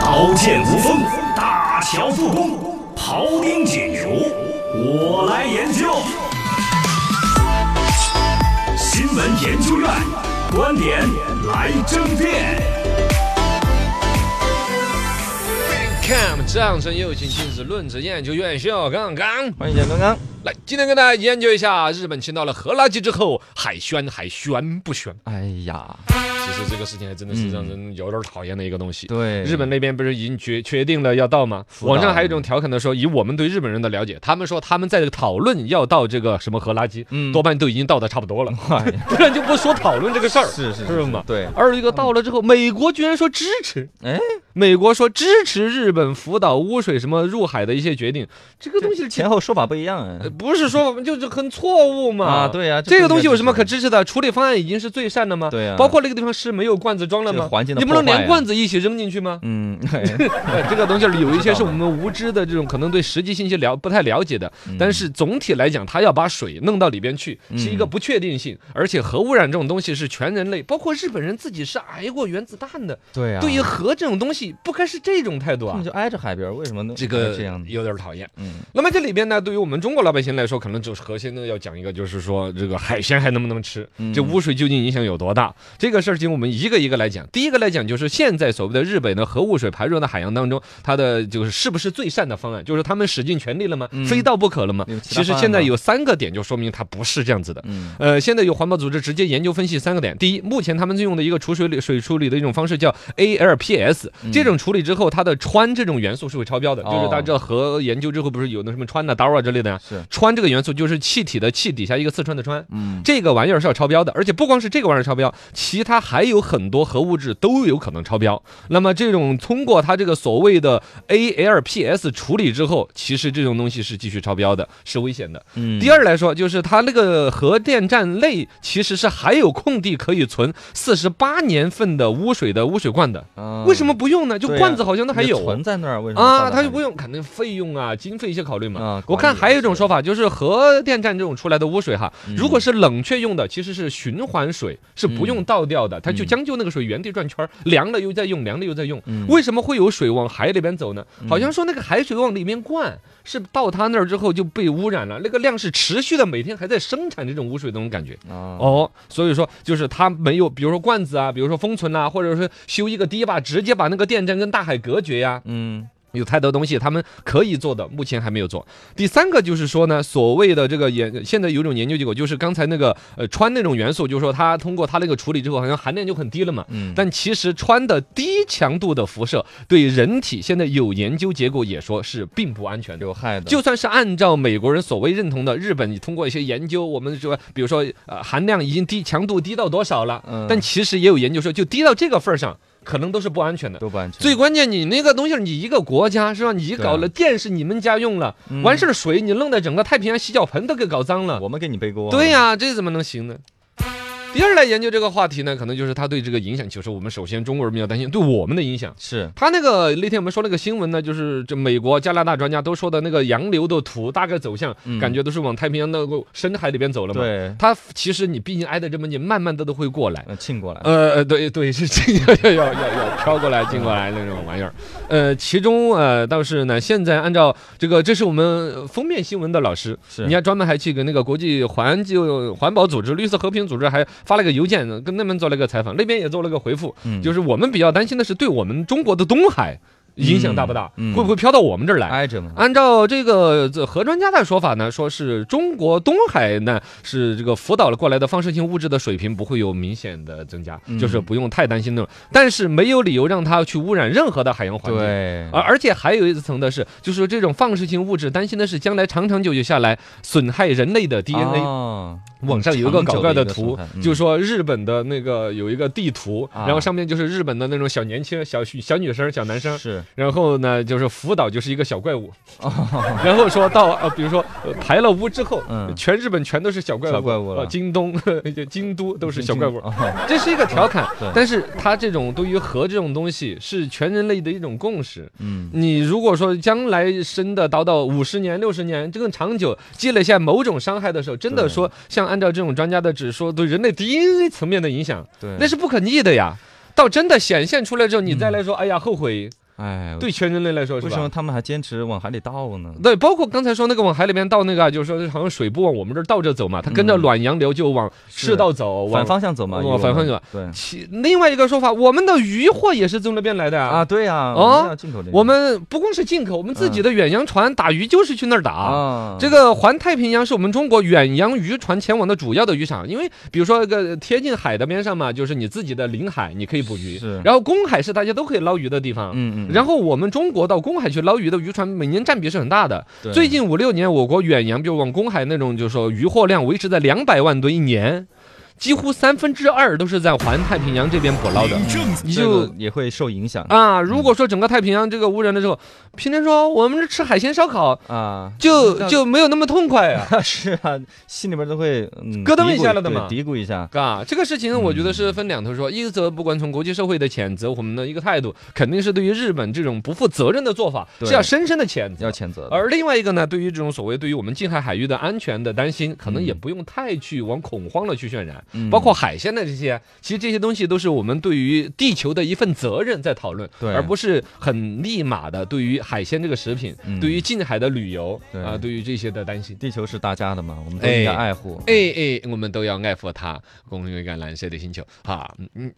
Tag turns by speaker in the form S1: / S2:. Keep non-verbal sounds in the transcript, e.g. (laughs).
S1: 刀剑无锋，大乔复工，庖丁解牛，我来研究。新闻研究院观点来争辩。
S2: 看掌声有请！今日论职研究院小刚刚
S3: 欢迎小刚刚。
S2: 来，今天跟大家研究一下日本签到了核垃圾之后，海宣还宣不宣？
S3: 哎呀，
S2: 其实这个事情还真的是让人有点讨厌的一个东西。
S3: 嗯对，
S2: 日本那边不是已经决确定了要到吗？
S3: 导
S2: 网上还有一种调侃的说，以我们对日本人的了解，他们说他们在讨论要到这个什么核垃圾，
S3: 嗯
S2: 多半都已经到的差不多了，
S3: 哎呀
S2: 不然就不说讨论这个事儿，
S3: 是是
S2: 是吗？
S3: 对，
S2: 二一个到了之后，美国居然说支持，
S3: 哎，
S2: 美国说支持日本福岛污水什么入海的一些决定，这个东西
S3: 前后说法不一样
S2: 呃
S3: 啊。
S2: 不是说就是很错误嘛？
S3: 啊对啊这
S2: 这个
S3: 不
S2: 东
S3: 应该
S2: 西有
S3: 支
S2: 什么
S3: 持
S2: 可支持的？处理方案已经是最善的吗？
S3: 对啊
S2: 包括那个地方是没有罐子装了
S3: 这
S2: 吗？
S3: 环境的
S2: 你不能
S3: 破坏
S2: 连
S3: 啊
S2: 罐子一起扔进去
S3: (laughs)
S2: 吗？ (laughs)
S3: 嗯，
S2: 呃，这个东西儿有一些
S3: 知道
S2: 是
S3: 的
S2: 我们无知的这种，可能对实际信息了不太了解的。
S3: 嗯
S2: 但是总体来讲，它要把水弄到里边去，是一个不确定性。而且核污染这种东西是全人类，包括日本人自己是挨过原子弹的。
S3: 对啊，
S2: 对于核这种东西，不该是这种态度
S3: 他
S2: 啊
S3: 们。就挨着海边，为什么能
S2: 这个
S3: 这样呢？
S2: 有点儿讨厌。
S3: 嗯，
S2: 那么这里边呢，对于我们中国老百姓来说，可能就是核心的要讲一个，就是说这个海鲜还能不能吃，
S3: 嗯
S2: 这污水究竟影响有多大？这个事儿，经我们一个一个来讲。第一个来讲，就是现在所谓的日本的核污水排入到海洋当中，它的就是是不是最善的方案，就是他们使尽全力了吗？
S3: 嗯
S2: 非到不可了吗
S3: 有？其他
S2: 其实
S3: 方案
S2: 现在
S3: 吗
S2: 有三个点就说明它不是这样子的。
S3: 嗯
S2: 呃，现在有环保组织直接研究分析三个点。第一，目前他们用的一个储水里水处理的一种方式叫 ALPS，、这种处理之后，它的氚这种元素是会超标的，就是大家知道核研究之后不是有那什么氚呐、氘啊之类的呀、
S3: 是
S2: 氚这个元素就是气体的气底下一个四川的川，
S3: 嗯，
S2: 这个玩意儿是要超标的，而且不光是这个玩意儿超标，其他还有很多核物质都有可能超标。那么这种通过它这个所谓的 ALPS 处理之后，其实这种东西是继续超标的，是危险的。
S3: 嗯
S2: 第二来说，就是它那个核电站内其实是还有空地可以存四十八年份的污水的污水罐的，
S3: 啊
S2: 为什么不用呢？就
S3: 对啊
S2: 罐子好像都还
S3: 你
S2: 有
S3: 存在那儿，为什么
S2: 啊，
S3: 它
S2: 它就不用，肯定费用啊、经费一些考虑嘛。
S3: 啊
S2: 我
S3: 管
S2: 看
S3: 理
S2: 还有一种
S3: 是
S2: 说法，就是核电站这种出来的污水哈，
S3: 嗯
S2: 如果是冷却用的，其实是循环水，是不
S3: 嗯
S2: 用倒掉的，它就将就那个水原地转圈儿，凉了又再用，凉了又再用。
S3: 嗯
S2: 为什么会有水往海里边走呢？好像说那个海水往里面灌，是到它那儿之后就被污染了，那个量是持续的，每天还在生产这种污水的那种感觉。
S3: 啊？
S2: 哦，所以说就是它没有，比如说罐子啊，比如说封存啊，或者是修一个堤坝，直接把那个电站跟大海隔绝呀、
S3: 嗯，
S2: 有太多东西他们可以做的，目前还没有做。第三个就是说呢，所谓的这个研，现在有一种研究结果，就是刚才那个呃氚那种元素，就是说它通过它那个处理之后，好像含量就很低了嘛。
S3: 嗯
S2: 但其实氚的低强度的辐射对人体，现在有研究结果也说是并不安全的。
S3: 有害的，
S2: 就算是按照美国人所谓认同的，日本通过一些研究，我们说，比如说，呃，含量已经低，强度低到多少了？
S3: 嗯
S2: 但其实也有研究说，就低到这个份儿上，可能都是不安全的。
S3: 都不安全。
S2: 最关键，你那个东西儿，你一个国家是吧？你
S3: 对啊嗯
S2: 搞了电是你们家用了，完事儿水你弄得整个太平洋洗脚盆都给搞脏了。
S3: 我们给你背锅啊。
S2: 对呀、这怎么能行呢？第二来研究这个话题呢，可能就是它对这个影响，就是我们首先中国人民要担心对我们的影响。
S3: 是
S2: 他那个那天我们说那个新闻呢，就是这美国、加拿大专家都说的那个洋流的图大概走向，感觉都是往太平洋那个深海里边走了嘛。，
S3: 对，
S2: 它其实你毕竟挨得这么近，慢慢的都会过来。
S3: 呃庆过来。
S2: 呃，对对，是这个要要要要飘过来、进过来那种玩意儿。呃，其中呃倒是呢，现在按照这个，这是我们封面新闻的老师，
S3: 是
S2: 人家专门还去给那个国际环就环保组织、绿色和平组织还发了个邮件，跟那边做了个采访，那边也做了个回复，
S3: 嗯
S2: 就是我们比较担心的是对我们中国的东海影响大不大，
S3: 嗯嗯
S2: 会不会飘到我们这儿来？
S3: 挨着嘛。
S2: 按照这个这核专家的说法呢，说是中国东海呢是这个辅导了过来的放射性物质的水平不会有明显的增加，
S3: 嗯
S2: 就是不用太担心那种。但是没有理由让它去污染任何的海洋环境。
S3: 对
S2: 而而且还有一层的是，就是说这种放射性物质，担心的是将来长长久久下来损害人类的 DNA。
S3: 哦
S2: 网上有一个搞怪的图
S3: 长久的一个伤害，嗯
S2: 就是说日本的那个有一个地图，
S3: 啊
S2: 然后上面就是日本的那种小年轻、小小女生、小男生，
S3: 是
S2: 然后呢，就是福岛就是一个小怪物，(laughs)
S3: 哦
S2: 然后说到呃，比如说呃排了污之后，
S3: 嗯
S2: 全日本全都是小怪物，
S3: 小怪物了
S2: 呃京东、 (laughs) 京都都是小怪物，
S3: 哦
S2: 这是一个调侃
S3: 对。
S2: 但是它这种对于核这种东西是全人类的一种共识。
S3: (laughs) 嗯，
S2: 你如果说将来深的达到五十年、六十年这更长久，积累下某种伤害的时候，真的
S3: 对
S2: 说像按照这种专家的指说，对人类 DNA 层面的影响，
S3: 对，嗯
S2: 那是不可逆的呀。到真的显现出来之后，你再来说，哎呀，后悔，
S3: 哎，
S2: 对全人类来说是
S3: 为什么
S2: 吧？
S3: 他们还坚持往海里倒呢？
S2: 对，包括刚才说那个往海里面倒那个啊，就是说好像水不往我们这儿倒着走嘛，它跟着
S3: 嗯
S2: 卵洋流就往赤道走，
S3: 反
S2: 往
S3: 方向走嘛，
S2: 往
S3: 渔网
S2: 反方向
S3: 对
S2: 其另外一个说法，我们的渔获也是从那边来的
S3: 啊，。对呀，
S2: 哦
S3: 我们要进口这个
S2: 我们不光是进口，我们自己的远洋船打鱼就是去那儿打。
S3: 啊，
S2: 这个环太平洋是我们中国远洋渔船前往的主要的渔场，因为比如说一个贴近海的边上嘛，就是你自己的领海，你可以捕鱼
S3: 是；
S2: 然后公海是大家都可以捞鱼的地方。
S3: 嗯嗯，
S2: 然后我们中国到公海去捞鱼的渔船，每年占比是很大的。
S3: 对
S2: 最近五六年，我国远洋，比如往公海那种，就是说渔获量维持在两百万吨一年，几乎三分之二都是在环太平洋这边捕捞的。
S1: 正
S2: 你
S3: 嗯这
S2: 就
S3: 个也会受影响
S2: 啊，如果说整个太平洋这个无人的时候，平常说我们这吃海鲜烧烤，
S3: 啊，
S2: 就
S3: 那
S2: 就没有那么痛快
S3: (laughs)
S2: 啊。
S3: 是啊，心里边都会嗯
S2: 咯噔
S3: 嘀
S2: 一
S3: 咕
S2: 下了的
S3: 对
S2: 嘛
S3: 嘀咕一下，
S2: 啊，这个事情我觉
S3: 嗯
S2: 得是分两头说，一则不管从国际社会的谴责，我们的一个态度，肯定是对于日本这种不负责任的做法
S3: 对
S2: 是要深深的谴责
S3: 要。谴责的。
S2: 而另外一个呢，对于这种所谓对于我们近海海域的安全的担心，可能也不用太去往恐慌了去渲染。
S3: 嗯
S2: 包括海鲜的这些，其实这些东西都是我们对于地球的一份责任在讨论，
S3: 对
S2: 而不是很立马的对于海鲜这个食品，
S3: 嗯
S2: 对于近海的旅游
S3: 对
S2: 啊，对于这些的担心。
S3: 地球是大家的嘛，我们都应该
S2: 哎
S3: 爱护。
S2: 哎哎，我们都要爱护它，共有一个蓝色的星球。哈，嗯嗯。